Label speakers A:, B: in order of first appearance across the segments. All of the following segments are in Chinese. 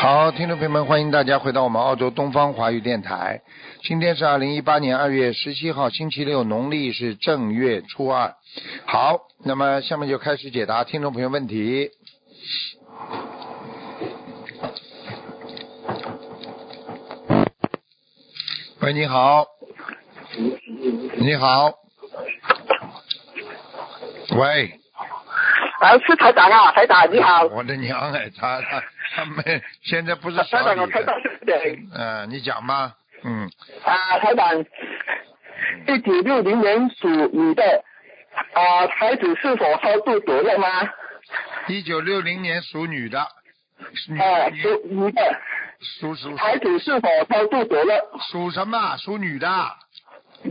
A: 好，听众朋友们，欢迎大家回到我们澳洲东方华语电台。今天是二零一八年二月十七号，星期六，农历是正月初二。好，那么下面就开始解答听众朋友问题。喂，你好。你好。喂。
B: 啊，是台长啊，台长你好。
A: 我的娘哎，他他他们现在不是
B: 台
A: 耍
B: 啊长，我
A: 你
B: 看
A: 的
B: 到，这点
A: 嗯、你讲吧，嗯，
B: 啊，台长，一九六零年属你的啊，孩子是否超度走了吗？
A: 一九六零年属女的，女
B: 啊，
A: 女
B: 属你的
A: 属属
B: 孩子是否超度走了？
A: 属什么？属女的，啊，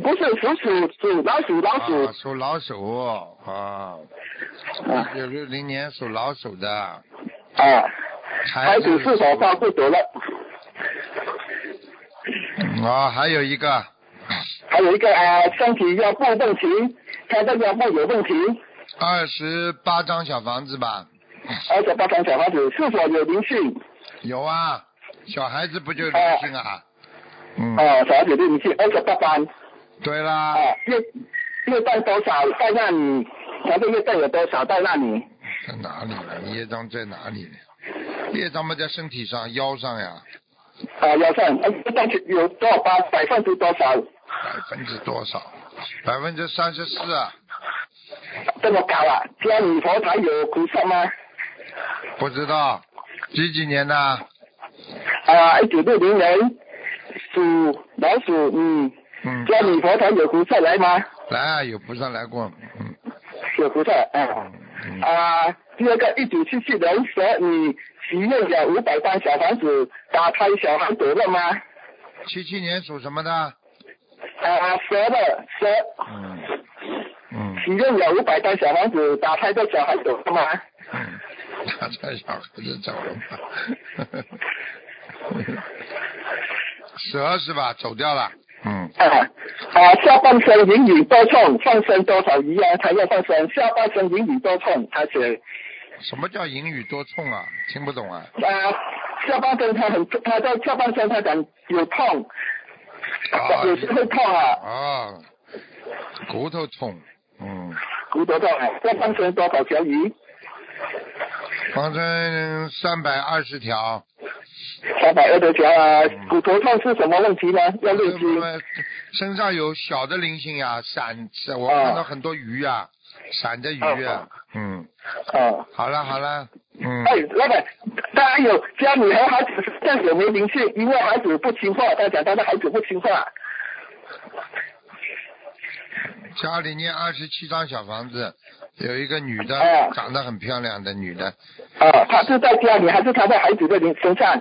B: 不是属鼠，属老鼠，老鼠。
A: 属老鼠啊，
B: 啊
A: 一九六零年属老鼠的，
B: 啊，孩
A: 孩
B: 子是否超度走了？
A: 嗯啊，还有一个
B: 还有一个啊，身体腰部问题，他的腰部有问题，
A: 二十八张小房子吧，
B: 而且八张小房子是否有灵性？
A: 有啊，小孩子不就灵性啊？嗯，
B: 啊，小孩子的灵性，而且八张。
A: 对啦。
B: 啊，月月赚多少在那里？咱们月赚有多少在那里？
A: 在哪里呢？业障在哪里呢？业障嘛在身体上、腰上呀，
B: 啊，要算，呃月赚有多少八百分之多少？
A: 百分之多少？百分之三十四啊？
B: 这么高啊？家里佛台有菩萨吗？
A: 不知道，几几年的？
B: 啊，一九六零年属老鼠，嗯，
A: 嗯，
B: 家里佛台有菩萨来吗？
A: 来啊，有菩萨来过，嗯
B: 呃有菩萨，啊
A: 嗯，
B: 啊，第二个一九七七年说你许愿了五百张小房子，打开小房子了吗？
A: 七七年属什么的？
B: 啊，蛇的蛇。
A: 嗯嗯
B: 你用了五百张小房子打开这小孩走了吗？
A: 嗯，他家小孩子走了吗？ 蛇是吧？走掉了，嗯，
B: 啊啊，下半身引领多痛，上身多少一样才要上身，下半身引领多痛才写
A: 什么叫淫语多冲啊？听不懂啊？
B: 啊，下半身他很他在下半身他讲有痛，
A: 啊
B: 有时会痛啊，
A: 啊，骨头痛，嗯，
B: 骨头痛啊，下半身多少条鱼？
A: 方针三百二十条，
B: 三百二十条啊，骨头痛是什么问题呢？要六斤
A: 身上有小的灵性呀、闪闪，
B: 啊
A: 我看到很多鱼呀、闪着鱼呀、嗯，
B: 啊。
A: 好了好了，嗯，
B: 哎，老板，当然有家里和孩子这样有没有灵性？因为孩子不听话，他讲他的孩子不听话。
A: 家里面二十七张小房子，有一个女的
B: 哎，
A: 长得很漂亮的女的，
B: 啊，他是在家里还是他在孩子的身身上？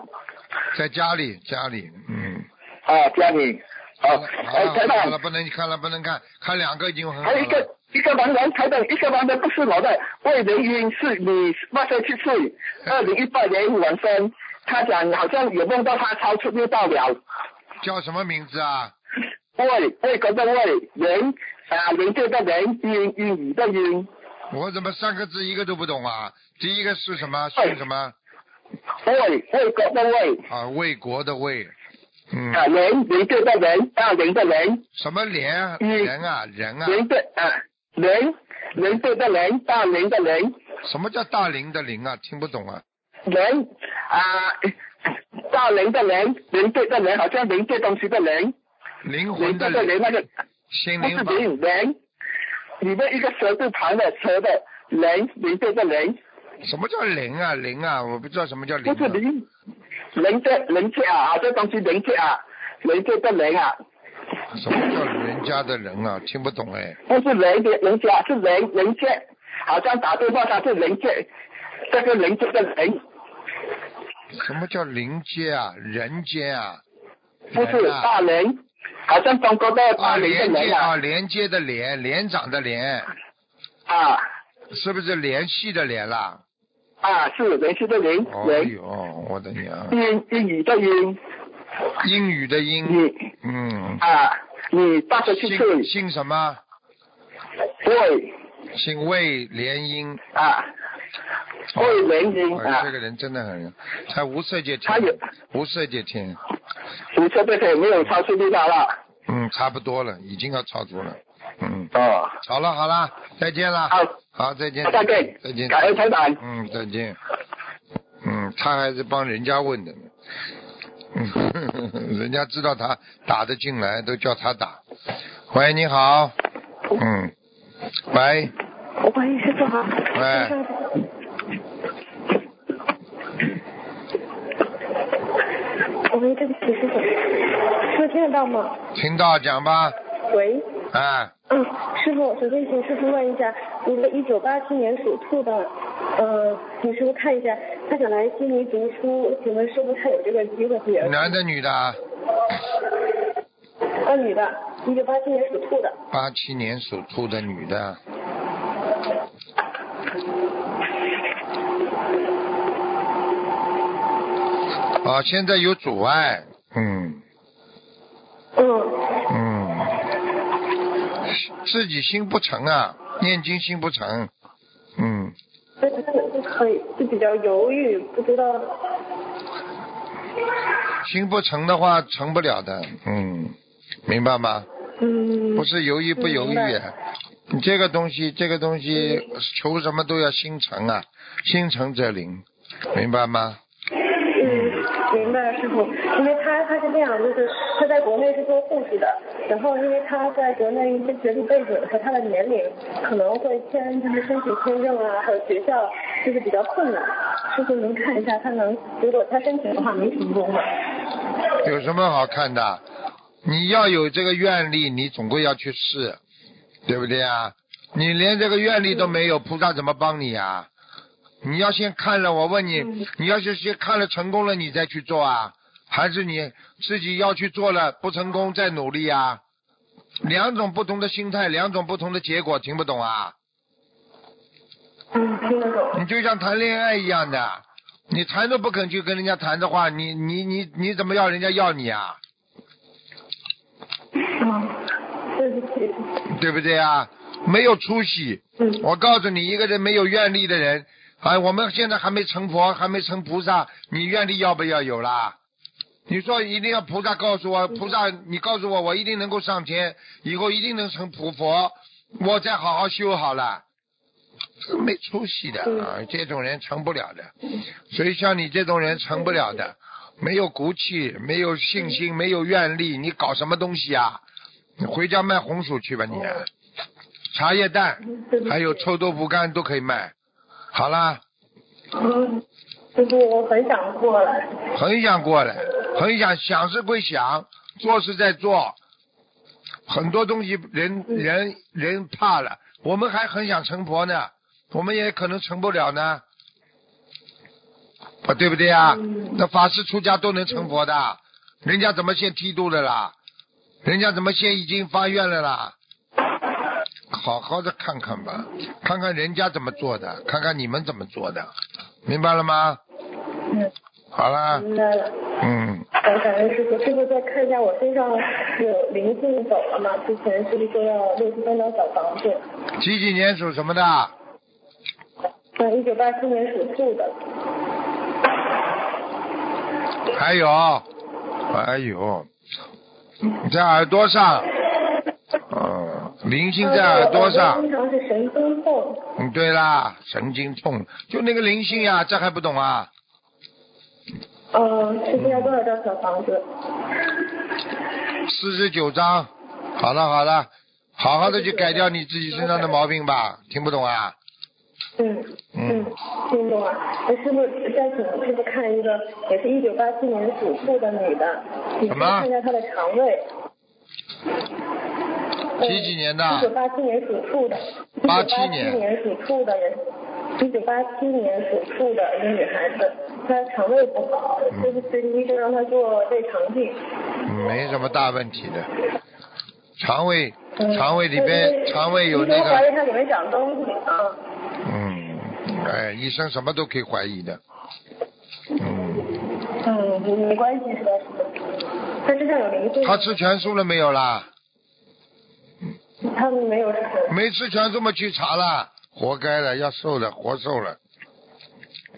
A: 在家里家里，嗯，
B: 啊，家里。啊
A: 好了，好
B: 哎，
A: 了
B: 台
A: 好了，
B: 长，
A: 不能看了不能看，看两个已经很好
B: 还有一
A: 了
B: 个，一个盲人，台长，一个盲人不是我的，魏仁英是你八十七岁，二零一八年晚生。他讲好像也梦到他超出六道了，
A: 叫什么名字啊？
B: 魏魏国的魏人啊，人对的人，英英语的英，
A: 我怎么三个字一个都不懂啊？第一个是什么？
B: 哎
A: 姓什么？
B: 魏魏国的魏
A: 啊，为国的为。嗯，
B: 啊，人人对的人啊，人的人，
A: 什么莲啊？
B: 嗯
A: 人啊，人啊，
B: 人对啊，人人对的人，大人的人。
A: 什么叫大龄的龄啊？听不懂啊。
B: 人啊，到人的人，人对的人，好像人对东西的人，
A: 灵魂
B: 人
A: 的
B: 对的人那个
A: 心
B: 不
A: 灵
B: 是
A: 法
B: 人，人里面一个蛇字旁的蛇的人，人对的人，
A: 什么叫灵啊？灵啊，我不知道什么叫灵、
B: 不
A: 啊。
B: 是人，人对人家啊，这东西人家啊，人对的人啊，
A: 什么叫人家的人啊？听不懂哎。
B: 不是人的人家，啊是人人家，好像打电话他是人家，这个人家的人，
A: 什么叫灵界啊？人间啊？
B: 不是
A: 人啊？
B: 大人，好像中国的
A: 啊，
B: 大人
A: 连
B: 的
A: 接
B: 人
A: 啊，
B: 啊
A: 连接的连，连长的连，
B: 啊
A: 是不是联系的联啦？
B: 啊，是人是的人
A: 哦
B: 人。
A: 呦，我的娘！
B: 英英语的英，
A: 英语的英，
B: 你
A: 嗯，
B: 啊，你八十七
A: 姓
B: 岁，
A: 姓什么？
B: 对
A: 姓魏，联英，
B: 啊，魏文英
A: 哎
B: 啊
A: 这，个人真的很，才无色界
B: 他有
A: 天，无色界天，
B: 无车对对，没有超出力大了。
A: 嗯，差不多了，已经要超出了，嗯，
B: 哦，
A: 好了好了，再见了，
B: 好，
A: 好，再见，
B: 再见，
A: 再见，
B: 感恩台长。
A: 嗯，再见。嗯，他还是帮人家问的呢。嗯，人 家知道他打得进来，都叫他打。喂，你好。嗯。喂，
C: 喂，师傅好。
A: 喂。
C: 喂，对不起，师傅，师傅听得到吗？
A: 听到讲吧。
C: 喂，
A: 哎，
C: 嗯，师傅，首先请师傅问一下，一个一九八七年属兔的，呃，请师傅看一下，他想来悉尼读书，请问师傅他有这个机会没有？
A: 男的女的啊？
C: 啊，女的，一九八七年属兔的，
A: 八七年属兔的女的。啊，现在有阻碍。嗯。
C: 嗯，
A: 嗯，自己心不诚啊，念经心不诚。嗯，
C: 但是很就比较犹豫，不知道，
A: 心不诚的话，成不了的。嗯，明白吗？
C: 嗯，
A: 不是犹豫不犹豫
C: 嗯明
A: 啊，你这个东西，这个东西求什么都要心诚啊，心诚则灵，明白吗？
C: 嗯，明白了，师傅。因为他他是这样，就是他在国内是做护士的，然后因为他在国内一些学历背景和他的年龄，可能会签就是申请签证啊，还有学校，就是比较困难。师傅您看一下，他能如果他申请的话能成功吗？
A: 有什么好看的？你要有这个愿力，你总归要去试，对不对啊？你连这个愿力都没有，菩萨怎么帮你啊？你要先看了，我问你，你要是先看了成功了，你再去做啊？还是你自己要去做了不成功再努力啊？两种不同的心态，两种不同的结果，听不懂啊？
C: 嗯，听得懂。
A: 你就像谈恋爱一样的，你谈都不肯去跟人家谈的话，你你你你怎么要人家要你啊？
C: 嗯，对不起。
A: 对不对啊？没有出息。
C: 嗯
A: 我告诉你，一个人没有愿力的人，啊，我们现在还没成佛，还没成菩萨，你愿力要不要有啦？你说一定要菩萨告诉我，菩萨你告诉我，我一定能够上天，以后一定能成普佛，我再好好修好了。没出息的啊，这种人成不了的。所以像你这种人成不了的，没有骨气，没有信心，没有愿力，你搞什么东西啊？你回家卖红薯去吧你、啊茶叶蛋
C: 对不起
A: 还有臭豆腐干都可以卖。好啦，
C: 嗯，师傅，我很想过来。
A: 很想过来，很想想是归想，做是在做，很多东西人人人怕了，我们还很想成佛呢，我们也可能成不了呢，啊，对不对啊？那法师出家都能成佛的，人家怎么现剃度的啦？人家怎么现已经发愿了啦？好好的看看吧，看看人家怎么做的，看看你们怎么做的，明白了吗？
C: 嗯，
A: 好啦，
C: 明白了。
A: 嗯。
C: 呃感感恩师傅，师傅再看一下我身上有灵性走了嘛？之前师傅说要六十三张小房子，
A: 几几年属什么的？
C: 嗯，一九八七年属兔的，
A: 还有，哎呦，在耳朵上，嗯，灵性在耳朵
C: 呃我
A: 上
C: 经。常是神经痛，
A: 嗯，对啦，神经痛，就那个灵性呀、这还不懂啊？
C: 嗯，师傅要多少张小房子？
A: 四十九章，好了好了，好好的去改掉你自己身上的毛病吧，听不懂啊？
C: 嗯
A: 嗯
C: 嗯，听懂了。那师傅再请师傅看一个，也是一九八七年属兔的女的，你
A: 什
C: 先
A: 么
C: 看一下她的肠胃。
A: 几几年的
C: 一九八七年属兔的。
A: 87
C: 1987
A: 啊年
C: 年属兔的人，一九八七年属兔的一个女孩子，她肠胃不好，就是随医生让她做胃肠镜。
A: 嗯没什么大问题的，肠胃肠胃里边肠胃有那
C: 医生怀
A: 个，
C: 疑她里面长东西啊。
A: 嗯，哎，医生什么都可以怀疑的，嗯。
C: 嗯，没关系，是吧？她身上有灵性。
A: 他吃全素了没有啦？
C: 他们没有吃。
A: 没吃全素嘛，去查了，活该了，要瘦了，活受了。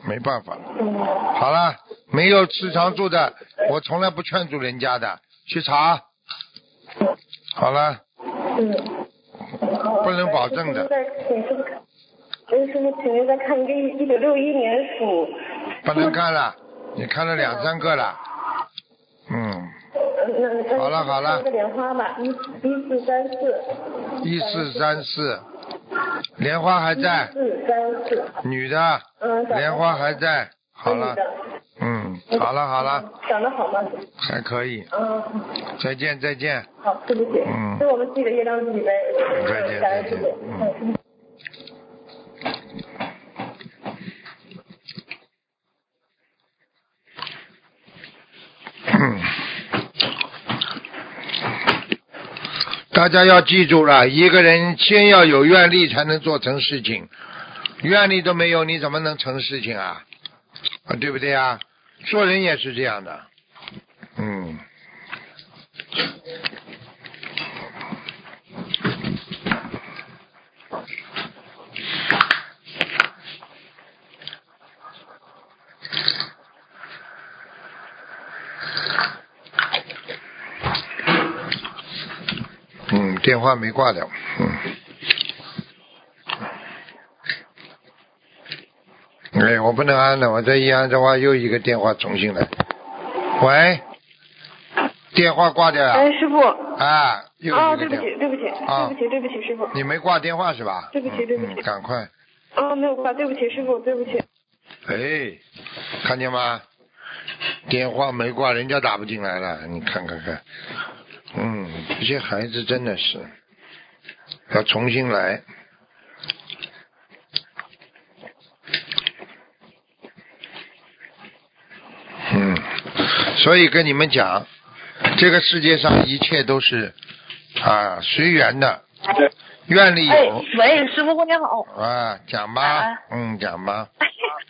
A: 没办法了。
C: 嗯，
A: 好了，没有吃常住的，我从来不劝阻人家的，去查。好了，
C: 嗯，
A: 不能保证的
C: 在请师傅看，嗯，师傅，请您再看一个一九六一年属，
A: 不能看了，你看了两三个了。嗯，
C: 呃那
A: 好了好了
C: 那个莲花吧，一一四三四，
A: 一四三四，莲花还在，
C: 四三四，
A: 女的，
C: 嗯，长得
A: 莲花还在。好了
C: 女，的
A: 嗯，好了好了，，
C: 长得好吗？
A: 还可以，
C: 嗯。
A: 再见再见。
C: 好，对不起，
A: 嗯
C: 所以我们自己的业障自己背，
A: 再见
C: 感恩
A: 再
C: 师
A: 见
C: 傅，
A: 嗯
C: 嗯。
A: 大家要记住了，一个人先要有愿力才能做成事情，愿力都没有，你怎么能成事情啊？啊，对不对啊？做人也是这样的，嗯。嗯，电话没挂掉。嗯。哎，我不能按了，我这一按的话，又一个电话重新来。喂，电话挂掉了
D: 哎，师傅，哦，
A: 啊，又一
D: 对
A: 个
D: 不
A: 电
D: 起，。
A: 话
D: 对不起，
A: 啊
D: 对不起，对不起，师傅，
A: 你没挂电话是吧？
D: 对不起对不起
A: 嗯嗯赶快，
D: 哦，没有挂，对不起，师傅，对不起，
A: 哎，看见吗？电话没挂，人家打不进来了，你看看看。嗯，这些孩子真的是要重新来。嗯，所以跟你们讲，这个世界上一切都是啊随缘的，愿力
E: 哎
A: 有、，
E: 喂，师傅过年好！
A: 啊，讲吧，
E: 哎
A: 嗯，讲吧。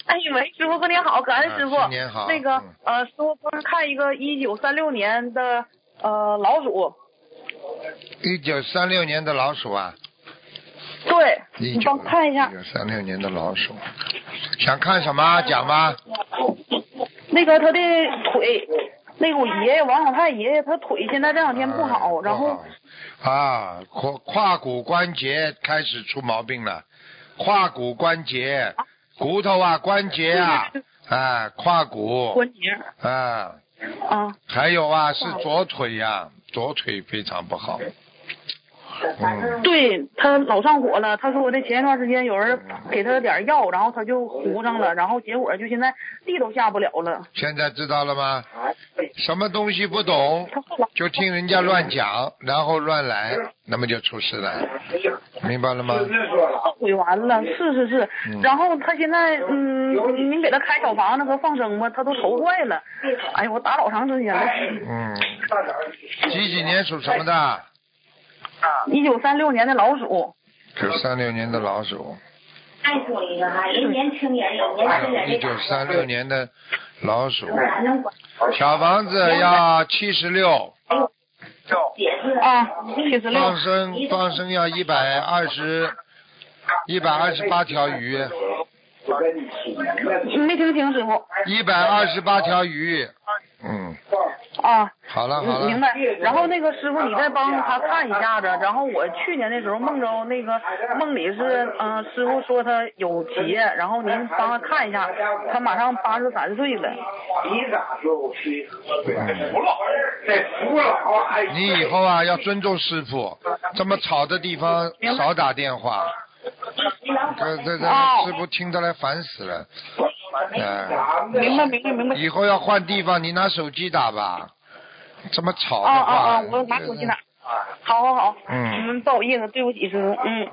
E: 哎，喂，师傅过年好，感恩师傅。
A: 啊新年好
E: 那个、
A: 嗯
E: 呃，师傅帮看一个一九三六年的呃老鼠，
A: 一九三六年的老鼠啊，
E: 对，
A: 一
E: 你
A: 九
E: 帮看一下呃
A: 一九三六年的老鼠，啊想看什么讲吧？
E: 那个他的腿，那个我爷爷王小泰爷爷他腿现在这两天不好，
A: 哎
E: 然后
A: 不好啊，胯胯骨关节开始出毛病了，胯骨关节、骨头啊、关节啊，啊，胯骨
E: 关节
A: 啊，
E: 啊，
A: 还有啊是左腿呀、左腿非常不好。嗯，
E: 对他老上火了。他说我这前一段时间有人给他点药，然后他就糊上了，然后结果就现在地都下不了了。
A: 现在知道了吗？什么东西不懂，
E: 他后来
A: 就听人家乱讲，然后乱来，那么就出事了，明白了吗？
E: 后悔完了，是是是。
A: 嗯
E: 然后他现在，嗯，您给他开小房子和放生吧，他都愁坏了。哎呀，我打老长时间了，
A: 嗯，几几年属什么的？
E: 一九三六年的老鼠，
A: 九三六年的老鼠，
F: 爱说一个哈，人年轻人有年轻人
A: 一
F: 的
A: 九
F: 胆
A: 三六年的老鼠，
F: 还能管
A: 小房子要七十六，
F: 解释
A: 嗯
E: 啊，七十六
A: 放，生放生要一百二十，一百二十八条鱼，嗯
E: 没听清师傅
A: 一百二十八条鱼，嗯，
E: 啊。
A: 好了好
E: 嗯，明
A: 了，
E: 白。然后那个师傅，你再帮他看一下子。然后我去年的时候梦着那个梦里是，嗯、师傅说他有劫，然后您帮他看一下，他马上八十三岁了。
A: 嗯
G: 你咋就去？服了，这服了啊！哎
A: 你以后啊要尊重师傅，这么吵的地方少打电话。这这这
E: 哦
A: 师傅听得来烦死了，哎、
G: 咱们
E: 明白，明白，明白。
A: 以后要换地方，你拿手机打吧，这么吵
E: 哦
A: 的话，
E: 哦哦，我拿手机打。好好好，
A: 嗯
E: 嗯，不好意思，对不起，师傅，嗯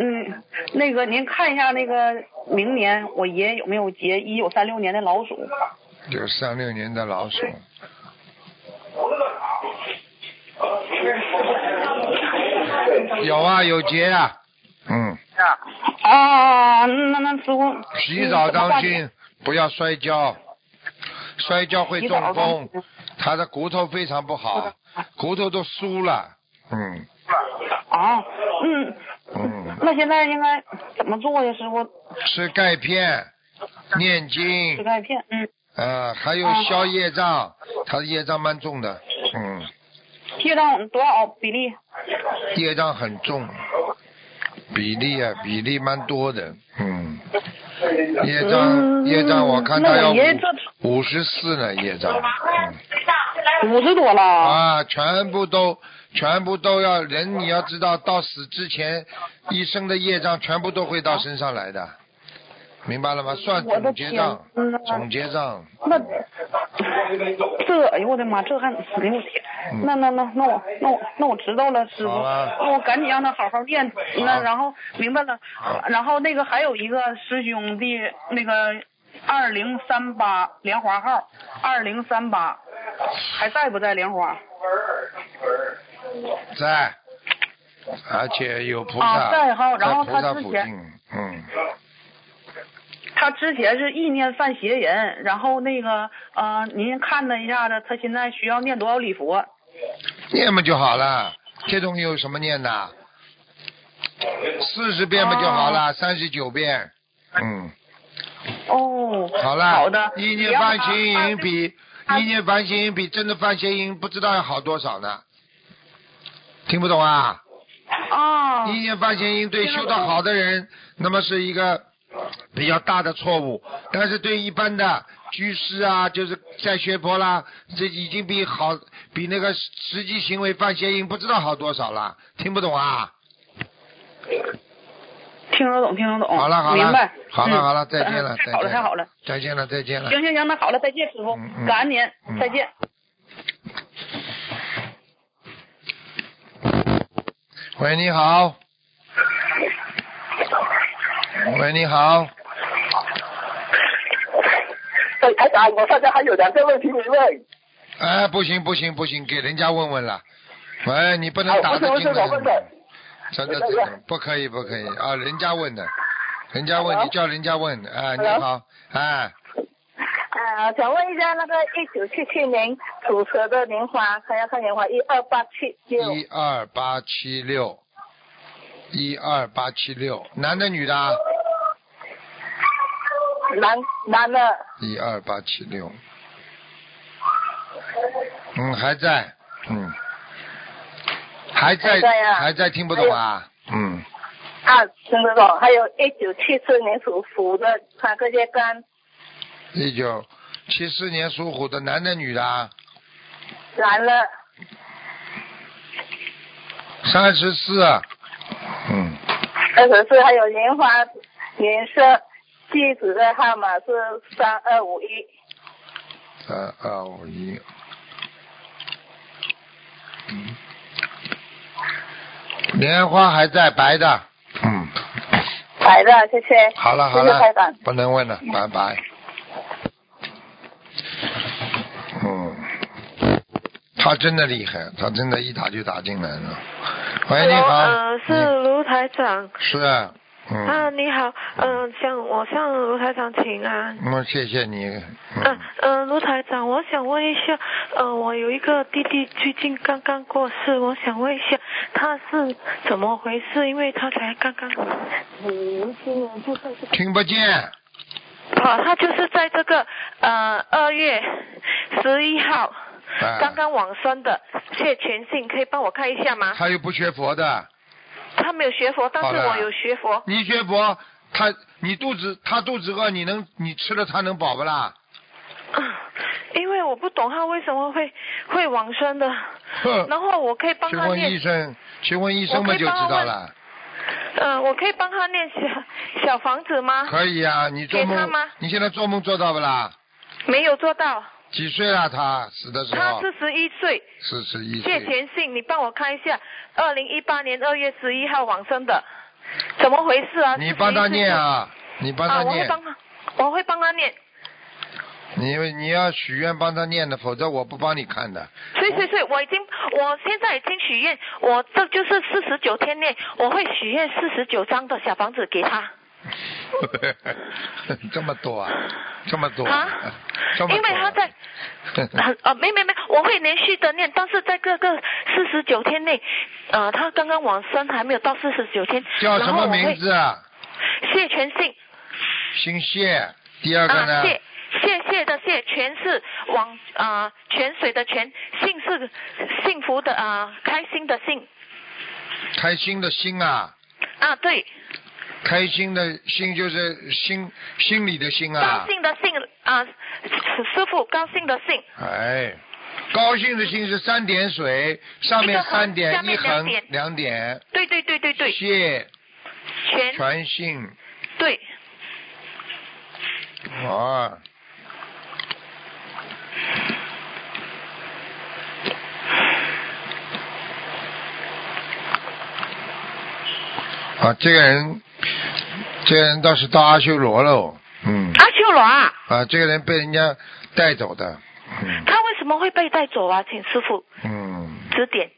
E: 嗯，那个您看一下那个明年我爷爷有没有结一九三六年的老鼠？
A: 有三六年的老鼠，有啊，有劫啊，嗯，
E: 啊，那那师傅，
A: 洗澡当心，不要摔跤，摔跤会
E: 洗
A: 中
E: 澡
A: 风，他的骨头非常不好，骨头都酥了，嗯
E: 啊，嗯，
A: 嗯，
E: 那现在应该怎么做呀，师傅？
A: 吃钙片，念
E: 遮
A: 经，
E: 盖片，嗯，
A: 呃，还有消业障，他的业障蛮重的，嗯，
E: 贴上多少比例？
A: 业障很重，比例啊，比例蛮多的，嗯，业障
E: 嗯
A: 业障，我看他
E: 那
A: 要
E: 我爷爷这
A: 五十四呢，业障，嗯。
E: 五十多了。
A: 啊，全部都全部都要人，你要知道，到死之前，一生的业障全部都会到身上来的，明白了吗？算
E: 我的
A: 总结账
E: 天呐，
A: 总结账，
E: 那这，哎呦我的妈，这还，哎呦我天，那那那那我那我那我知道了，师傅，
A: 好吧
E: 那我赶紧让他好好练，那
A: 好
E: 然后明白了
A: 好，
E: 然后那个还有一个师兄弟那个二零三八莲花号，二零三八还在不在莲花？
A: 在，而且有菩萨，
E: 啊在哈然后
A: 在
E: 他
A: 菩萨
E: 之
A: 附
E: 前
A: 近，嗯，
E: 他之前是意念犯邪淫，然后那个呃，您看他一下子，他现在需要念多少礼佛？
A: 念嘛就好了，这东西有什么念的？四十遍嘛就好了，
E: 啊
A: 三十九遍，嗯。
E: 哦，
A: 好了，
E: 好的，
A: 一
E: 你
A: 年
E: 让
A: 半
E: 他
A: 邪
E: 啊
A: 淫比
E: 啊
A: 一年半邪淫比真的半邪淫不知道要好多少呢？听不懂啊？
E: 啊，
A: 一年半邪淫对
E: 听得
A: 修得
E: 懂
A: 好的人，那么是一个比较大的错误，但是对一般的居士啊，就是在学佛啦，这已经比好比那个实际行为犯邪淫不知道好多少了，听不懂啊？
E: 听得懂，听得懂。
A: 好了好了
E: 哦明白。
A: 好了
E: 嗯
A: 好了，再见了
E: 太好了，太好了。，
A: 再见了再见了再见了。
E: 行行行，那好了，再见，师傅
A: 嗯嗯，
E: 感恩您
A: 嗯，
E: 再见。
A: 喂，你好。喂，你好。
B: 哎，台长，我现在还有两个问题没问。
A: 哎，不行不行不行，给人家问问了。喂，你不能
B: 哎，
A: 打
B: 不是
A: 得
B: 不
A: 进
B: 是，我
A: 来
B: 问的。
A: 真 的真的不可以不可以啊！人家问的，人家问
B: Hello？
A: 你叫人家问啊！你
B: Hello？
A: 好，哎，
H: 啊，想问一下那个一九七七年属蛇的莲花，还要看莲花一二八七六，
A: 一二八七六，一二八七六，男的女的啊？
H: 男男的，
A: 一二八七六，嗯，还在，嗯，还在，
H: 还在呀哎
A: 听不懂啊？嗯，
H: 啊，听得懂？还有一九七四年属虎的他个月干，
A: 一九七四年属虎的，男的女的啊？
H: 男的，
A: 三十四，嗯，
H: 二十四，还有莲花颜色，地址的号码是三二五一。
A: 三二五一，嗯莲花还在白的，嗯，
H: 好的，谢谢。
A: 好了好
H: 谢谢台
A: 了
H: 长，
A: 不能问了，拜拜。嗯，他真的厉害，他真的一打就打进来了。
D: 哎
A: 喂，哎你
I: Hello，
A: 好，
D: 呃
I: 嗯，是卢台长。
A: 你是啊，
I: 啊，
A: 嗯，
I: 你好，嗯，向我向卢台长请安。
A: 嗯，谢谢你，
I: 嗯
A: 嗯，
I: 嗯，卢台长，我想问一下，呃，我有一个弟弟最近刚刚过世，我想问一下他是怎么回事？因为他才刚哦刚，
A: 听不见，
I: 啊，他就是在这个呃二月十一号
A: 啊
I: 刚刚往生的谢全信，可以帮我看一下吗？
A: 哎他又不学佛的。
I: 他没有学佛，但
A: 好
I: 是
A: 的
I: 我有学佛。
A: 你学佛，他你肚子他肚子饿，你能你吃了他能饱不啦？
I: 啊， 因为我不懂他为什么会会往生的
A: 哼，
I: 然后我可以帮
A: 去
I: 他
A: 问医
I: 念，
A: 生，去问医生嘛
I: 我可
A: 就
I: 以
A: 知
I: 帮他
A: 道
I: 问
A: 了。
I: 呃，我可以帮他念小小房子吗？
A: 可以啊，你做
I: 给他
A: 梦
I: 吗，
A: 你现在做梦做到不啦？
I: 没有做到，
A: 几岁了他？死的时
I: 他
A: 候
I: 是十一岁，
A: 四十啊一
I: 谢
A: 岁。
I: 田信，你帮我看一下，二零一八年二月十一号往生的，怎么回事啊？
A: 你帮他
I: 41岁
A: 念啊，你帮
I: 啊，
A: 他
I: 我会
A: 念，
I: 帮他，我会帮他念，
A: 你你要许愿帮他念的，否则我不帮你看的。
I: 所以所以所以我已经，我现在已经许愿，我这就是四十九天内，我会许愿四十九张的小房子给他。
A: 这么多啊，这么多
I: 啊，
A: 这么多啊。
I: 因为 他在很呃，没没没，我会连续的念，但是在各个四十九天内，呃，他刚刚往生还没有到四十九天，
A: 叫什么名
I: 然后
A: 字啊？
I: 我会？谢全信，
A: 姓谢，第二个呢？
I: 啊，谢谢谢的谢，全是往啊、泉水的泉，幸是幸福的啊、开心的幸
A: 开心的心啊，
I: 啊，对，
A: 开心的心就是心心里的心啊
I: 高。兴的兴啊、师师傅高兴的兴，
A: 哎，高兴的兴是三点水，上
I: 一
A: 面
I: 个横
A: 三
I: 下
A: 点，
I: 面
A: 一横
I: 两点
A: 两点。
I: 对对对对对，
A: 谢
I: 全
A: 传信
I: 对，
A: 啊。啊，这个人，这个人倒是到阿修罗喽，嗯，
I: 阿修罗啊，
A: 啊，这个人被人家带走的，嗯
I: 他为什么会被带走啊？请师傅
A: 嗯，
I: 指点。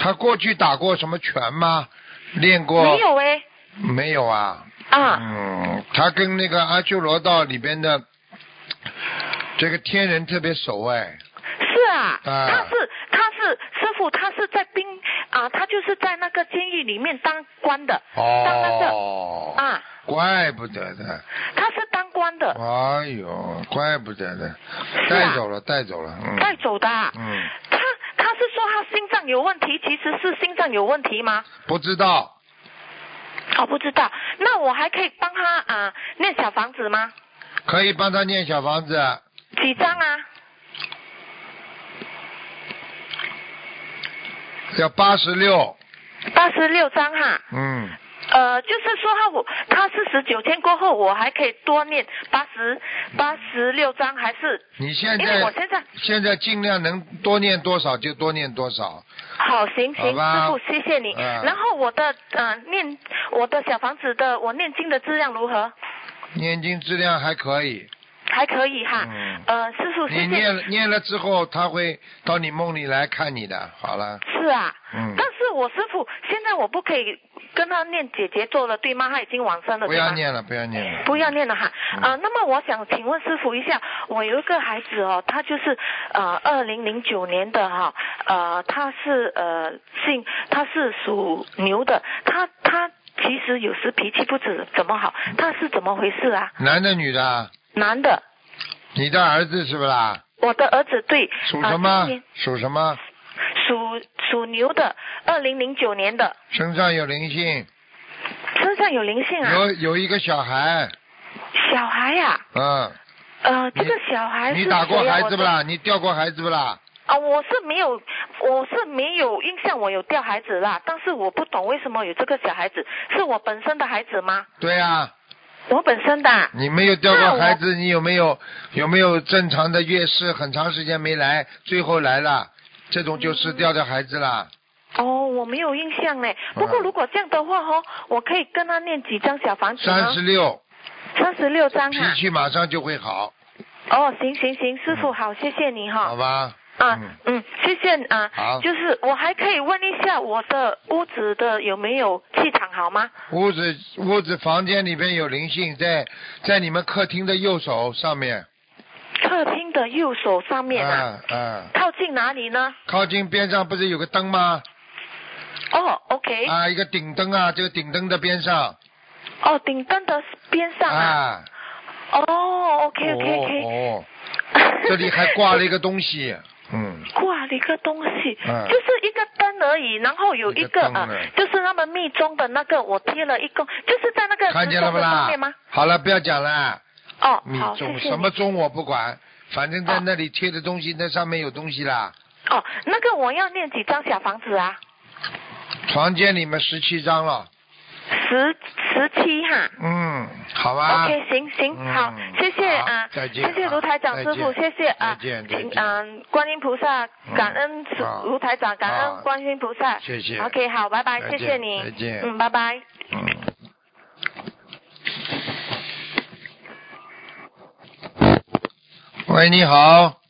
A: 他过去打过什么拳吗？练过？
I: 没有哎，
A: 没有啊。
I: 啊，
A: 嗯，他跟那个阿修罗道里边的这个天人特别熟哎。
I: 是啊，
A: 啊
I: 他是他是师傅，他是在兵啊，他就是在那个监狱里面当官的，当那个
A: 哦。
I: 啊，
A: 怪不得的，
I: 他是当官的，
A: 哎呦，怪不得的，
I: 啊是啊
A: 带走了，带走了，嗯，
I: 带走的啊、
A: 嗯，
I: 他他是说他心脏有问题，其实是心脏有问题吗？
A: 不知道，
I: 我、不知道，那我还可以帮他啊、念小房子吗？
A: 可以帮他念小房子，
I: 几张啊？
A: 要八十六，
I: 八十六张哈。
A: 嗯，
I: 呃，就是说他我他四十九天过后，我还可以多念八十八十六张，还是
A: 你现
I: 因为我
A: 在
I: 现在
A: 现在尽量能多念多少就多念多少，
I: 好行行，
A: 好吧
I: 师傅谢谢你。
A: 嗯
I: 然后我的呃念我的小房子的我念经的质量如何？
A: 念经质量还可以，
I: 还可以哈。
A: 嗯
I: 呃，师傅谢
A: 你
I: 谢
A: 念了念了之后，他会到你梦里来看你的，好了，
I: 是啊，
A: 嗯
I: 但是我师傅现在我不可以跟他念姐姐做了，对吗？他已经往生了，
A: 不
I: 对
A: 要
I: 吗？
A: 念了，不要念了，
I: 不要念了哈，
A: 嗯
I: 呃，那么我想请问师傅一下，我有一个孩子哦，他就是呃二零零九年的哈、呃，他是呃姓他是属牛的，他他其实有时脾气不怎怎么好，他是怎么回事啊？
A: 男的女的啊，
I: 男的，
A: 你的儿子是不啦？
I: 我的儿子对，
A: 属
I: 呃
A: 什么
I: 今年？
A: 属什么？
I: 属属牛的，二零零九年的，
A: 身上有灵性，
I: 身上有灵性啊，
A: 有有一个小孩，
I: 小孩呀、
A: 嗯，
I: 呃，
A: 你
I: 这个小孩
A: 你
I: 是
A: 打过
I: 谁啊
A: 孩
I: 我
A: 子不
I: 都
A: 啦？你掉过孩子不啦？
I: 啊，我是没有，我是没有印象，我有掉孩子啦，但是我不懂为什么有这个小孩子，是我本身的孩子吗？
A: 对啊，
I: 我本身的啊、
A: 你没有掉
I: 那
A: 过
I: 我
A: 孩子，你有没有有没有正常的月事？很长时间没来，最后来了，这种就是掉掉孩子啦。
I: 哦，我没有印象嘞。不
A: 嗯
I: 过如果这样的话哦，我可以跟他念几张小房子
A: 三
I: 呢
A: 十？六，
I: 三十六张
A: 脾
I: 啊。
A: 气马上就会好，
I: 哦，行行行，师傅好，谢谢你哈、
A: 嗯好吧？
I: 啊
A: 嗯，
I: 嗯，谢谢啊
A: 好。
I: 就是我还可以问一下我的屋子的有没有气场好吗？
A: 屋子屋子房间里边有灵性，在在你们客厅的右手上面，
I: 客厅的右手上面啊，
A: 啊啊，
I: 靠近哪里呢？
A: 靠近边上不是有个灯吗？
I: 哦，OK。
A: 啊，一个顶灯啊，这个顶灯的边上
I: 哦，顶灯的边上啊。
A: 啊，
I: 哦，OK OK
A: 哦
I: OK。
A: 哦，这里还挂了一个东西，嗯，
I: 挂了一个东西，
A: 嗯
I: 就是一个灯而已，然后有
A: 一
I: 一
A: 个
I: 个
A: 灯
I: 啊
A: 呢，
I: 就是那么密宗的那个，我贴了一个，就是在那个
A: 看见
I: 时
A: 了
I: 钟
A: 不
I: 的上
A: 啦
I: 面吗？？
A: 好了，不要讲了，
I: 哦，
A: 密
I: 好，谢
A: 宗
I: 谢
A: 什么
I: 你。
A: 宗我不管，反正在
I: 哦
A: 那里贴的东西，那上面有东西啦。
I: 哦，那个我要念几张小房子啊？
A: 床间里面十七张了，
I: 十十七哈。
A: 嗯，好吧。
I: OK，行行
A: 嗯
I: 好，谢谢
A: 好
I: 啊，
A: 再见
I: 谢谢
A: 啊
I: 卢台长
A: 再
I: 师傅，
A: 见
I: 谢谢啊，
A: 再见再
I: 请
A: 见
I: 嗯，观音菩萨，感恩师
A: 好
I: 卢台长，感
A: 好
I: 恩观音菩萨，
A: 谢谢
I: OK，好，拜拜，
A: 再
I: 谢谢
A: 见
I: 你，
A: 再见
I: 嗯，拜拜。
A: 嗯。喂，你好，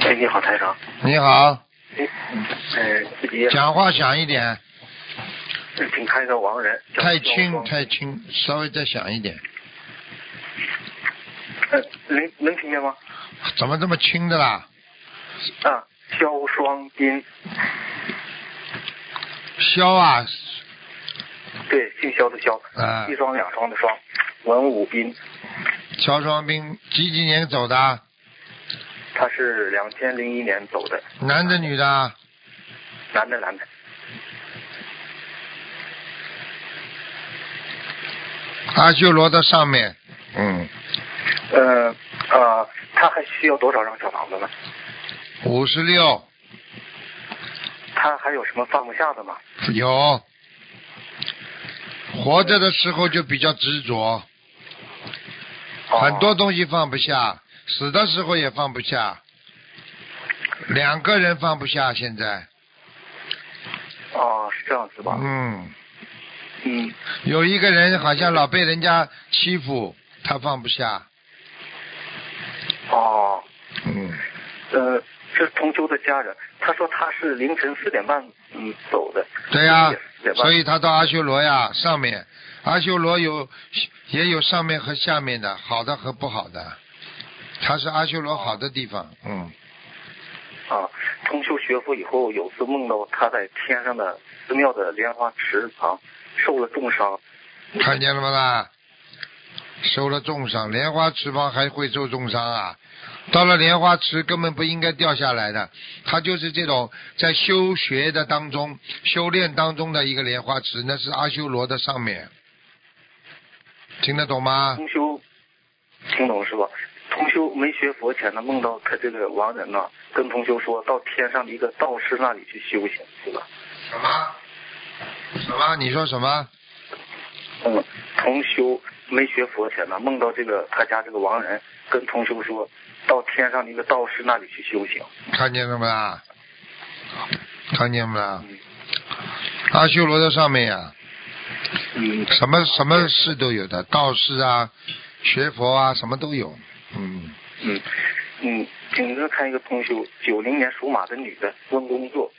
G: 哎，你好，台长。
A: 你好，
G: 哎，哎，自己
A: 讲话响一点，
G: 请看一个亡人，叫
A: 太
G: 肖
A: 轻
G: 双
A: 太轻，稍微再响一点，
G: 呃， 能能听见吗？
A: 怎么这么轻的啦？
G: 啊，肖双斌，
A: 肖啊，
G: 对，姓肖的肖，
A: 啊
G: 一双两双的双，
J: 文武斌，
A: 乔双兵几几年走的？啊
J: 他是两千零一年走的，
A: 男的啊女的？
J: 男的男的，
A: 阿修罗的上面，嗯，
J: 呃呃，他还需要多少张小房子呢？
A: 五十六
J: 他还有什么放不下的吗？
A: 有。活着的时候就比较执着，
J: 哦
A: 很多东西放不下，死的时候也放不下，两个人放不下。现在，
J: 哦，是这样子吧？
A: 嗯，
J: 嗯，
A: 有一个人好像老被人家欺负，他放不下。
J: 哦，
A: 嗯，
J: 呃，是同修的家人，他说他是凌晨四点半嗯走的，
A: 对呀、
J: 也吧
A: 所以他到阿修罗呀上面，阿修罗有也有上面和下面的，好的和不好的，他是阿修罗好的地方，嗯，
J: 啊，通修学佛以后，有次梦到他在天上的寺庙的莲花池旁受了重伤，
A: 看见了吗啦？受了重伤，莲花池旁还会受重伤啊！到了莲花池根本不应该掉下来的，他就是这种在修学的当中、修炼当中的一个莲花池，那是阿修罗的上面，听得懂吗？
J: 通修听懂是吧？通修没学佛前呢，梦到他这个亡人呢、跟同修说到天上的一个道士那里去修行，是吧？
A: 什么？什么？你说什么？
J: 嗯，同修没学佛前呢，梦到这个他家这个亡人跟同修说到天上的一个道士那里去修行，
A: 看见了没啦？看见没啦？阿修罗的上面呀、
J: 嗯，
A: 什么什么事都有的，道士啊，学佛啊，什么都有。嗯，
J: 嗯嗯，请您看一个同修，九零年属马的女的，问工作，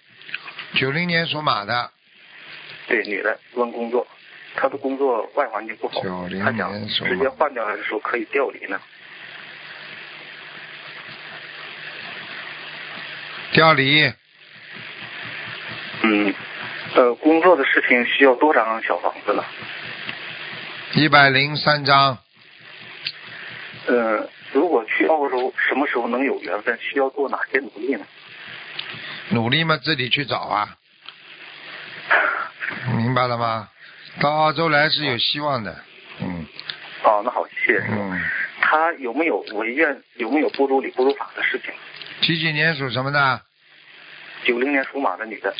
A: 九零年属马的，
J: 对，女的问工作，她的工作外环境不好，
A: 90
J: 她想
A: 年属马
J: 直接换掉还是说可以调离呢？
A: 调离
J: 嗯，呃，工作的事情需要多少张小房子呢？
A: 一百零三章，
J: 呃，如果去澳洲，什么时候能有缘分？需要做哪些努力呢？
A: 努力嘛，自己去找啊。明白了吗？到澳洲来是有希望的。嗯
J: 哦，那好，谢谢师傅。
A: 嗯，
J: 他有没有违愿？有没有不如理不如法的事情？
A: 几几年属什么的？
J: 九零年属马的女的，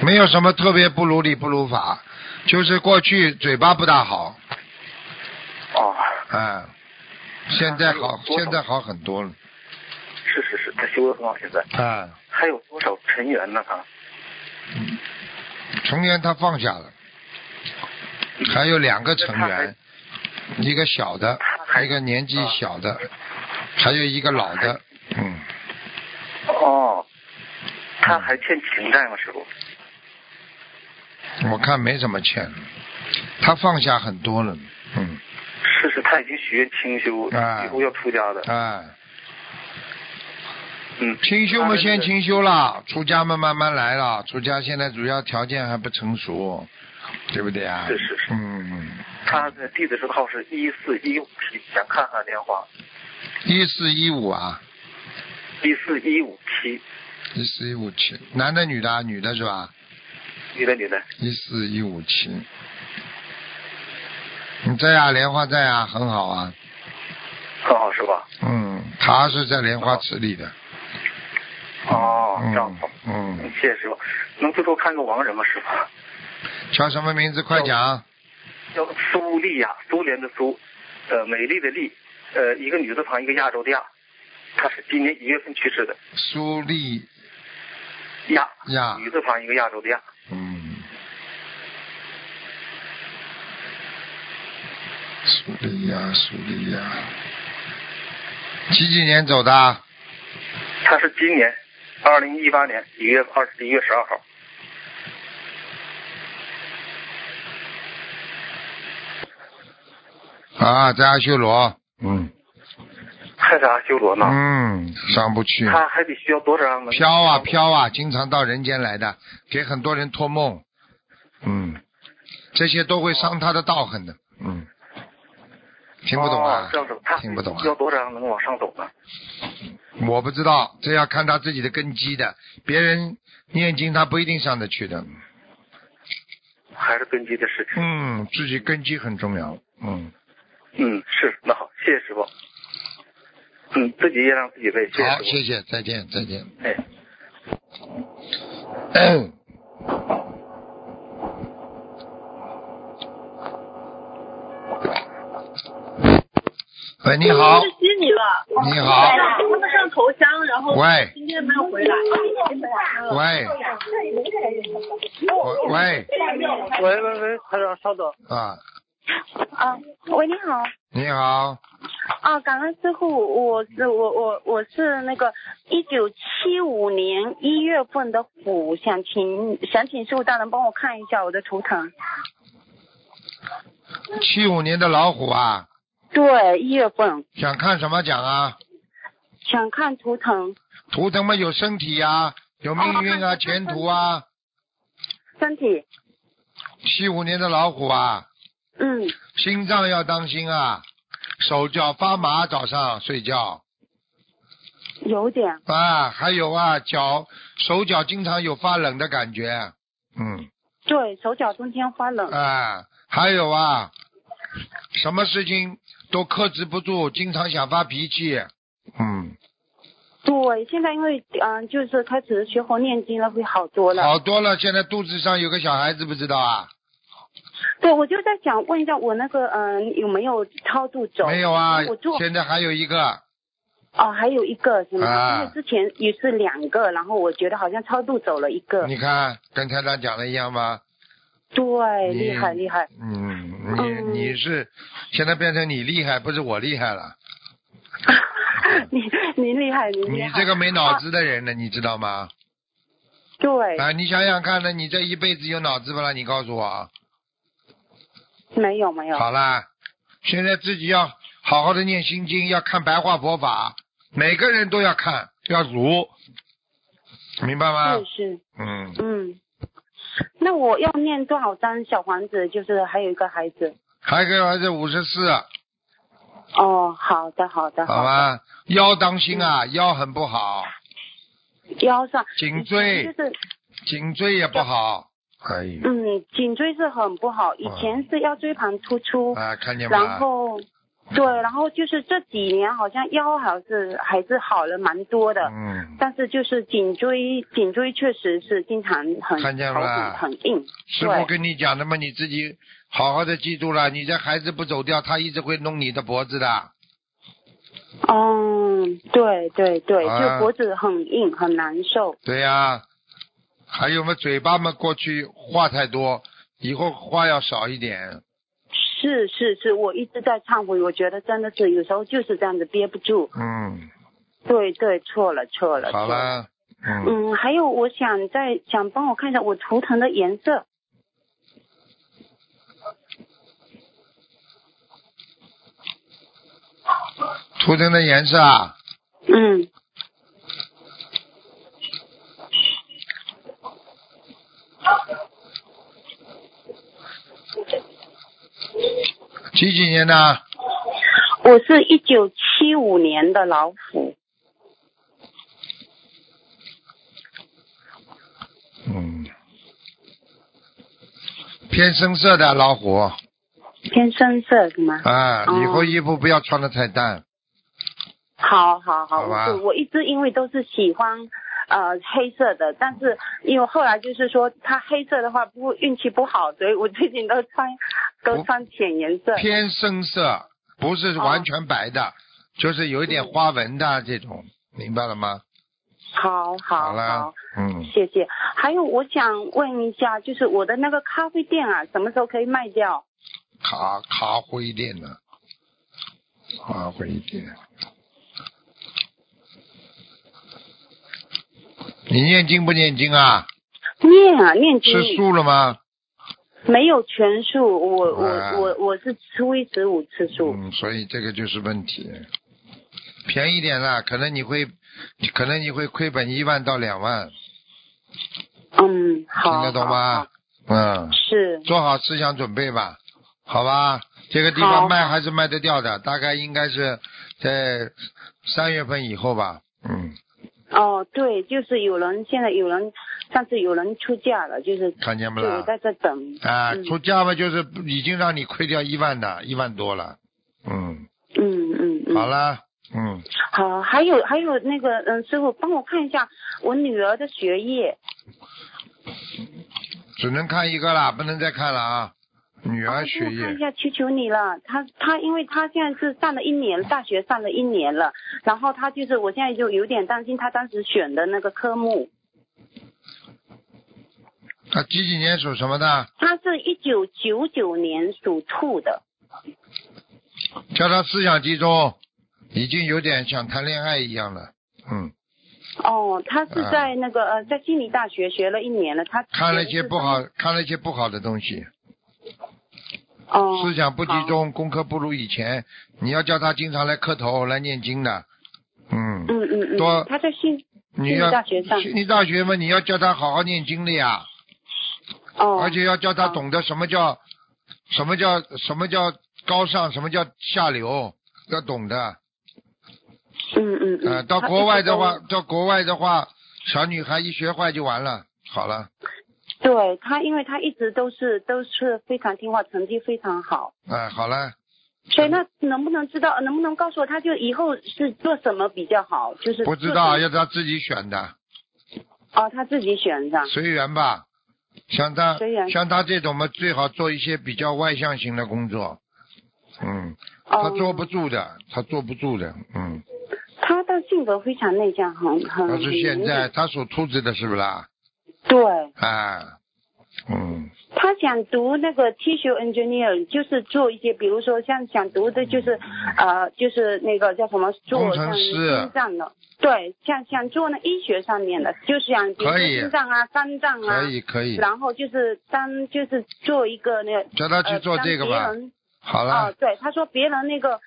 A: 没有什么特别不如理不如法，就是过去嘴巴不大好，
J: 哦，
A: 啊，现在好，
J: 啊多少
A: 现在好很多了，
J: 是是是，他修的很好，现在
A: 啊，
J: 还有多少尘缘呢？啊，
A: 成员他放下了，还有两个成
J: 那他还
A: 员，一个小的，一个年纪小的，还有一个老
J: 啊
A: 的，嗯，
J: 哦，他还欠情债吗？师傅？
A: 我看没什么欠，他放下很多了，嗯，
J: 是是，他已经许愿清修，
A: 啊
J: 以后要出家的。
A: 哎，
J: 嗯，
A: 清修嘛，
J: 他的那
A: 先
J: 个
A: 清修啦，出家嘛，慢慢来啦，出家现在主要条件还不成熟，对不对啊？
J: 是是是
A: 嗯，
J: 他的地址号是一四一五，提前看看莲花，
A: 一四一五啊，
J: 一四一五七，
A: 一四一五七，男的女的啊？女的是吧？
J: 女的女的，
A: 一四一五七。你在啊，莲花在啊，很好啊。
J: 很好是吧？
A: 嗯，他是在莲花池里的。
J: 哦，这样
A: 嗯
J: 好，
A: 嗯，
J: 谢谢师傅。能最后看个亡人吗，师傅？
A: 叫什么名字？快讲。
J: 叫苏丽亚，苏联的苏，呃，美丽的丽，呃，一个女字旁，一个亚洲的亚，她是今年一月份去世的，
A: 苏丽
J: 亚，
A: 亚。
J: 女字旁一个亚洲的亚。
A: 嗯。苏丽亚，苏丽亚。几几年走的啊？
J: 她是今年二零一八年一月二十一月十二号。
A: 啊，在阿修罗。嗯。
J: 还开始阿修罗呢？
A: 嗯，上不去。
J: 他还得需要多少样的？
A: 飘啊飘啊，经常到人间来的，给很多人托梦，嗯，这些都会伤他的道行的，嗯，听不懂
J: 哦
A: 啊
J: 这？样子，他
A: 听不懂啊
J: 要多少样能往上走呢？
A: 我不知道，这要看他自己的根基的，别人念经他不一定上得去的，
J: 还是根基的事情。
A: 嗯，自己根基很重要，嗯，
J: 嗯，是，那好，谢谢师傅。嗯，自己也让自己背，谢谢
A: 好，
J: 师
A: 谢谢，再见，再 见。
J: 傅。哎。
A: 喂，你好
H: 我，接你了。
A: 你好
H: 我们上头香，然后
A: 喂
H: 今天没有回来。
A: 喂喂喂
H: 喂喂喂，台长稍等。
A: 啊，
H: 啊，喂，你好。
A: 你好，
H: 啊，感恩师傅，我是我我我是那个一九七五年一月份的虎，想请想请师傅大人帮我看一下我的图腾。
A: 七五年的老虎啊，
H: 对，一月份
A: 想看什么奖啊？
H: 想看图腾，
A: 图腾嘛有身体呀、有命运
H: 哦
A: 啊，前途啊。
H: 身体。
A: 七五年的老虎啊，
H: 嗯，
A: 心脏要当心啊，手脚发麻，早上睡觉
H: 有点
A: 啊，还有啊，脚手脚经常有发冷的感觉，嗯
H: 对，手脚中间发冷。
A: 啊，还有啊，什么事情都克制不住，经常想发脾气，嗯，
H: 对，现在因为嗯、就是开始学佛念经了，会好多了。
A: 好多了。现在肚子上有个小孩子，不知道啊？
H: 对，我就在想问一下，我那个嗯、有没有超度走？
A: 没有啊
H: 我做，
A: 现在还有一个，
H: 哦，还有一个是吗？
A: 啊
H: 因为之前也是两个，然后我觉得好像超度走了一个。
A: 你看跟台长讲的一样吗？
H: 对，
A: 你
H: 厉害厉害。
A: 嗯，你你是现在变成你厉害，不是我厉害了。
H: 你您厉害，您厉
A: 你
H: 害。
A: 这个没脑子的人呢，你知道吗？
H: 对，
A: 啊，你想想看呢，你这一辈子有脑子不啦？你告诉我啊。
H: 没有没有。
A: 好啦，现在自己要好好的念心经，要看白话佛法，每个人都要看，要读，明白吗？
H: 是是，
A: 嗯，
H: 嗯。那我要念多少张小房子？就是还有一个孩子。
A: 还给儿子五十四，
H: 哦，好的好的。
A: 好吧？腰当心啊，腰很不好，
H: 腰上。
A: 颈椎
H: 就是
A: 颈椎也不好。哎呦，
H: 嗯，颈椎是很不好，以前是腰椎盘突出，
A: 啊，看见
H: 然
A: 吗？
H: 后对，然后就是这几年好像腰好像是还是好了蛮多的，
A: 嗯，
H: 但是就是颈椎颈椎确实是经常很
A: 看见了吧
H: 很很硬，
A: 师傅
H: 对，
A: 跟你讲的嘛，你自己好好的记住了，你这孩子不走掉，他一直会弄你的脖子的。
H: 嗯，对对对，
A: 啊
H: 就脖子很硬很难受，
A: 对呀、还有嘛，嘴巴嘛，过去话太多，以后话要少一点。
H: 是是是，我一直在忏悔，我觉得真的是有时候就是这样子憋不住，
A: 嗯，
H: 对对，错了错了，
A: 好
H: 错了。
A: 了，嗯，
H: 嗯，还有我想再想帮我看一下我图腾的颜色。
A: 图腾的颜色啊，
H: 嗯，
A: 几几年的？
H: 我是一九七五年的老虎。
A: 嗯，偏深色的老虎
H: 偏深色是吗？
A: 啊，
H: 哦
A: 以后衣服不要穿的太淡。
H: 好好好，
A: 啊好吧
H: 我我一直因为都是喜欢呃黑色的，但是因为后来就是说它黑色的话不运气不好，所以我最近都穿都穿浅颜色。
A: 哦
H: 哦
A: 偏深色不是完全白的，就是有一点花纹的这种，明白了吗？
H: 好好
A: 好啦
H: 好，
A: 嗯，
H: 谢谢。还有我想问一下，就是我的那个咖啡店啊，什么时候可以卖掉？
A: 咖咖灰店呢？咖灰店。你念经不念经啊？
H: 念啊念经
A: 吃素了吗？
H: 没有全素，我我
A: 啊
H: 我我是初一十五吃素。
A: 嗯，所以这个就是问题。便宜点啦，可能你会，可能你会亏本一万到两万，
H: 嗯，好，
A: 听得懂吗？嗯，
H: 是
A: 做好思想准备吧，好吧？这个地方
H: 好
A: 卖还是卖得掉的，大概应该是在三月份以后吧。嗯，
H: 哦，对，就是有人现在有人，上次有人出嫁了，就是
A: 看见没
H: 就我
A: 啦？
H: 在这等，
A: 啊、出价嘛，就是已经让你亏掉一万的，一万多了。嗯，
H: 嗯嗯嗯，
A: 好啦，嗯，
H: 好，还有还有那个，嗯，师傅帮我看一下我女儿的学业，
A: 只能看一个啦，不能再看了啊。女儿
H: 帮
A: 学
H: 我哦看
A: 业，
H: 一下，求求你了。她她，因为她现在是上了一年大学，上了一年了，然后她就是，我现在就有点担心她当时选的那个科目，
A: 她几几年属什么的？
H: 她是一九九九年属兔的，
A: 叫她思想集中，已经有点想谈恋爱一样了。嗯，
H: 哦，她
A: 啊
H: 是在那个、呃，在悉尼大学学了一年了，她
A: 看了一些不好，看了一些不好的东西，
H: 哦，
A: 思想不集中，功课不如以前。你要叫她经常来磕头，来念经的。嗯，
H: 嗯嗯嗯，
A: 多
H: 她在悉悉
A: 你
H: 尼
A: 要
H: 大学上，
A: 悉尼大学嘛，你要叫她好好念经的呀。
H: 哦，
A: 而且要叫他懂得什么叫、什么叫什么叫高尚，什么叫下流，要懂的。
H: 嗯嗯
A: 呃，到国外的话，到国外的话，小女孩一学坏就完了。好了，
H: 对她，因为她一直都是都是非常听话，成绩非常好。
A: 哎、好了，
H: 所以那能不能知道，能不能告诉我，他就以后是做什么比较好？就是
A: 不知
H: 做
A: 道
H: 什么
A: 要他自己选的，
H: 哦，他自己选的。
A: 随缘吧。像他
H: 随缘
A: 像他这种嘛，最好做一些比较外向型的工作。嗯，
H: 哦
A: 他坐不住的，他坐不住的，嗯。
H: 他的性格非常内向，很很。
A: 但是现在他属兔子的，是不啦？
H: 对
A: 啊，嗯。
H: 他想读那个 tissue engineer，就是做一些，比如说像想读的就是，呃，就是那个叫什么
A: 嗯
H: 做
A: 工程
H: 像
A: 师
H: 心脏的，对，像想做那医学上面的，就是想比如
A: 可
H: 说
A: 以
H: 心脏啊、肝脏啊，
A: 可以可以
H: 然后就是当就是做一个那个。
A: 叫他去
H: 呃
A: 做这个吧
H: 当别人
A: 好了，
H: 啊，对，他说别人那个，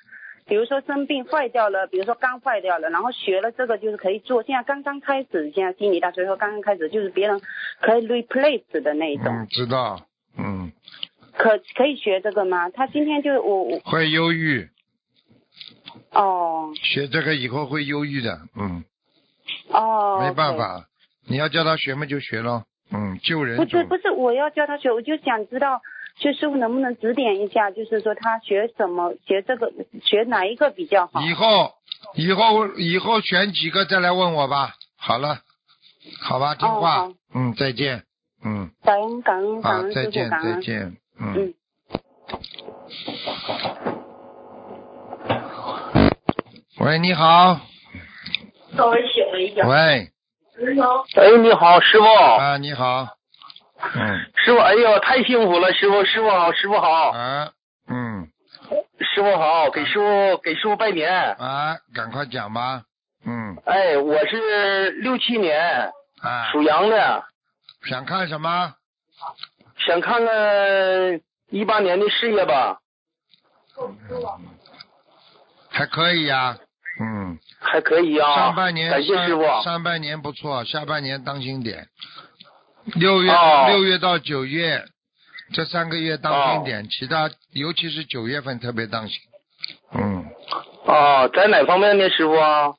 H: 比如说生病坏掉了，比如说肝坏掉了，然后学了这个就是可以做。现在刚刚开始，现在悉尼大学说刚刚开始，就是别人可以 replace 的那一种，
A: 嗯，知道，嗯，
H: 可可以学这个吗？他今天就我我
A: 会忧郁，
H: 哦
A: 学这个以后会忧郁的，嗯，
H: 哦，
A: 没办法，你要叫他学嘛就学咯，嗯，救
H: OK。
A: 人
H: 不
A: 总
H: 是不是，我要教他学，我就想知道，就师傅能不能指点一下，就是说他学什么，学这个，学哪一个比较好？
A: 以后以后以后选几个再来问我吧，好了，好吧，听话，
H: 哦好
A: 嗯，再见，嗯，
H: 感恩感恩感
A: 好，
H: 恩
A: 再
H: 师傅，
A: 见
H: 感
A: 再
H: 恩。
A: 见，嗯
H: 嗯。嗯
A: 喂，你好，
K: 稍微醒了一点。
A: 喂，
K: 哎，你好，师傅。
A: 啊，你好，嗯
K: 师傅，哎呦，太幸福了，师傅，师傅好，师傅好，
A: 啊，嗯
K: 师傅好，给师傅给师傅拜年。
A: 啊，赶快讲吧，嗯。
K: 哎，我是六七年
A: 啊，
K: 属羊的，
A: 想看什么？
K: 想看看一八年的事业吧，
A: 还可以呀、嗯，
K: 还可以啊。
A: 上半年
K: 感谢
A: 上
K: 师傅。
A: 上半年不错，下半年当心点。六月、
K: 哦
A: 六月到九月这三个月当
K: 哦
A: 心点，其他尤其是九月份特别当心。嗯，
K: 哦，在哪方面呢，师傅啊？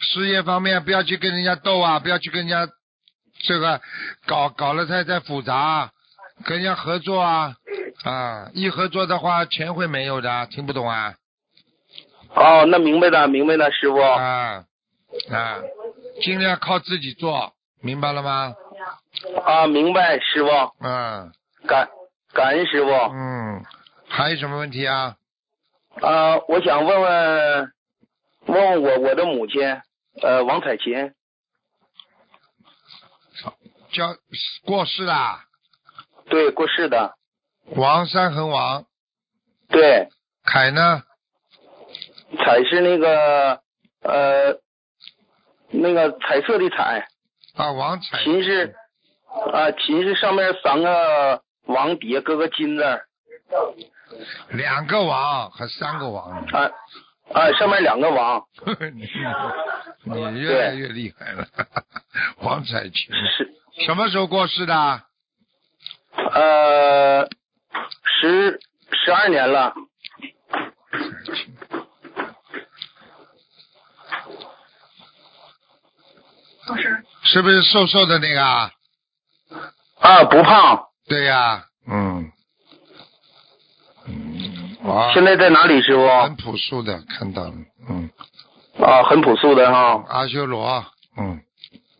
A: 事业方面不要去跟人家斗啊，不要去跟人家这个搞搞了太太复杂，跟人家合作啊啊，一合作的话钱会没有的，听不懂啊
K: 哦，那明白了，明白了，师傅。
A: 啊啊，尽量靠自己做，明白了吗？
K: 啊，明白，师傅。
A: 嗯
K: 感感恩师傅。
A: 嗯，还有什么问题啊？
K: 啊，我想问问，问问我我的母亲，呃，王彩琴，
A: 叫过世啦，
K: 对，过世的，
A: 王三横王
K: 对，
A: 凯呢？
K: 彩是那个呃，那个彩色的彩，
A: 啊，王彩
K: 琴是啊，琴是上面三个王，底下搁个金字儿
A: 两个王和三个王，
K: 啊
B: 啊，上面两个王，
A: 你你越来越厉害了， 王彩琴
B: 是
A: 什么时候过世的？
B: 呃，十十二年了，
A: 是不是瘦瘦的那个啊？
B: 啊，不胖。
A: 对呀、嗯。哇
B: 现在在哪里，师傅？
A: 很朴素的，看到了，嗯，
B: 啊，很朴素的哈。
A: 阿修罗，嗯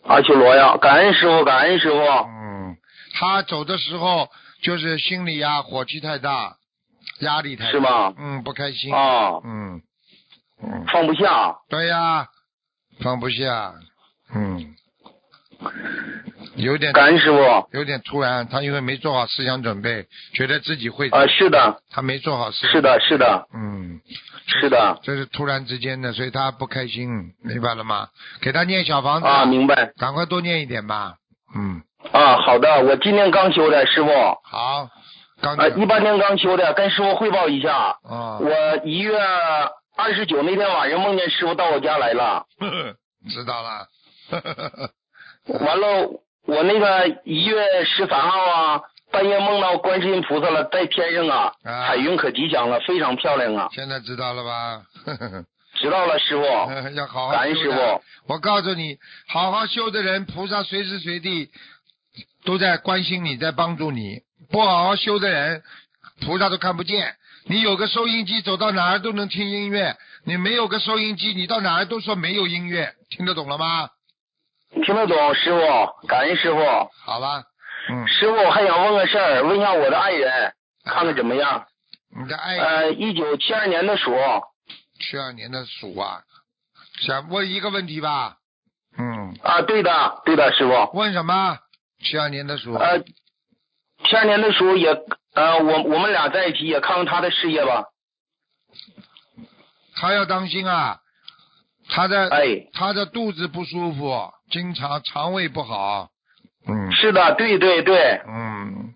B: 阿修罗呀，感恩师傅，感恩师傅。
A: 嗯，他走的时候就是心里呀、火气太大，压力太大
B: 是吗
A: 嗯，不开心。
B: 啊，
A: 嗯嗯，
B: 放不下。
A: 对呀、放不下，嗯，有点
B: 感恩师傅。啊
A: 有点突然，他因为没做好思想准备，觉得自己会
B: 啊，是的，
A: 他没做好思想
B: 是的，是的，
A: 嗯，
B: 是的。
A: 这是突然之间的，所以他不开心，明白了吗？给他念小房子
B: 啊，明白。
A: 赶快多念一点吧。嗯，
B: 啊，好的，我今天刚修的，师傅。啊，
A: 好，刚才
B: 呃一八年刚修的，跟师傅汇报一下。
A: 啊，
B: 我一月二十九那天晚上梦见师傅到我家来了，
A: 知道了。
B: 完了，我那个一月十三号啊，半夜梦到观世音菩萨了，在天上啊，
A: 啊
B: 彩云可吉祥了，非常漂亮啊。
A: 现在知道了吧？
B: 知道了，师傅。
A: 要啊好好
B: 感恩
A: 修
B: 师
A: 的
B: 傅。
A: 我告诉你，好好修的人，菩萨随时随地都在关心你，在帮助你；不好好修的人，菩萨都看不见。你有个收音机，走到哪儿都能听音乐；你没有个收音机，你到哪儿都说没有音乐，听得懂了吗？
B: 听得懂，师傅，感恩师傅。
A: 好吧，嗯，
B: 师傅，我还想问个事儿，问一下我的爱人，看看怎么样？
A: 你的爱
B: 呃，一九七二年的鼠，
A: 七二年的鼠啊，想问一个问题吧？嗯，
B: 啊，对的，对的，师傅。
A: 问什么？七二年的鼠，
B: 呃，七二年的鼠也，呃，我我们俩在一起也看看他的事业吧。
A: 他要当心啊，他的
B: 哎，
A: 他的肚子不舒服，经常肠胃不好，嗯
B: 是的，对对对
A: 嗯，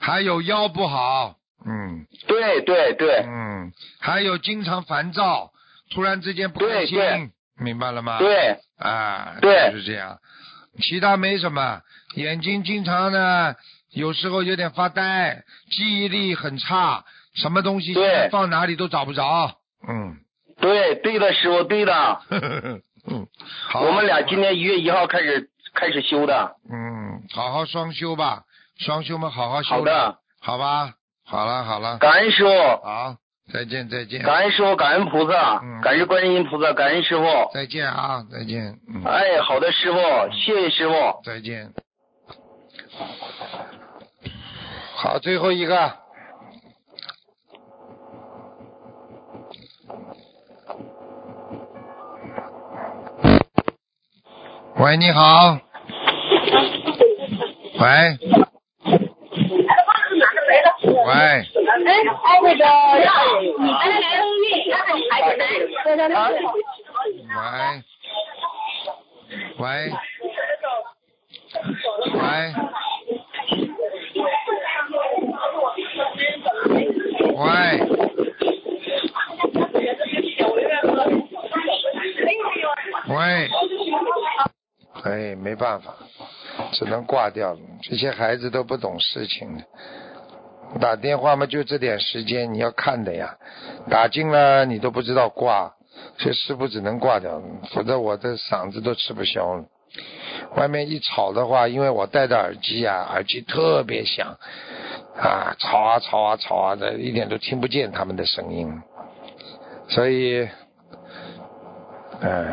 A: 还有腰不好，嗯
B: 对对对
A: 嗯，还有经常烦躁，突然之间不开
B: 对对
A: 心，明白了吗？
B: 对，
A: 啊，
B: 对
A: 就是这样，其他没什么，眼睛经常呢，有时候有点发呆，记忆力很差，什么东西
B: 对
A: 现在放哪里都找不着，嗯，
B: 对对的，师傅，对的。
A: 呵呵呵嗯，好，
B: 我们俩今年一月一号开始开始修的。
A: 嗯，好好双修吧，双修们好好修
B: 好的，
A: 好吧，好了好了，
B: 感恩师傅，
A: 好，再见再见，
B: 感恩师傅，感恩菩萨
A: 嗯，
B: 感恩观世音菩萨，感恩师傅。
A: 再见啊，再见，嗯，
B: 哎，好的，师傅，谢谢师傅。
A: 再见。好，最后一个。喂，你好。喂喂，
H: 哎，那个，你刚才来了，
A: 喂，喂，喂，喂，喂，哎，没办法，只能挂掉了。这些孩子都不懂事情的，打电话嘛就这点时间，你要看的呀。打进了你都不知道挂，所以师傅只能挂掉，否则我的嗓子都吃不消了。外面一吵的话，因为我戴着耳机啊，耳机特别响啊，吵啊吵啊吵啊的，一点都听不见他们的声音，所以，嗯、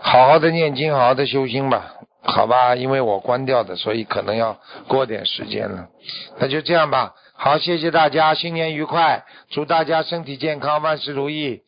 A: 好好的念经，好好的修心吧，好吧，因为我关掉的，所以可能要过点时间了。那就这样吧，好，谢谢大家，新年愉快，祝大家身体健康，万事如意。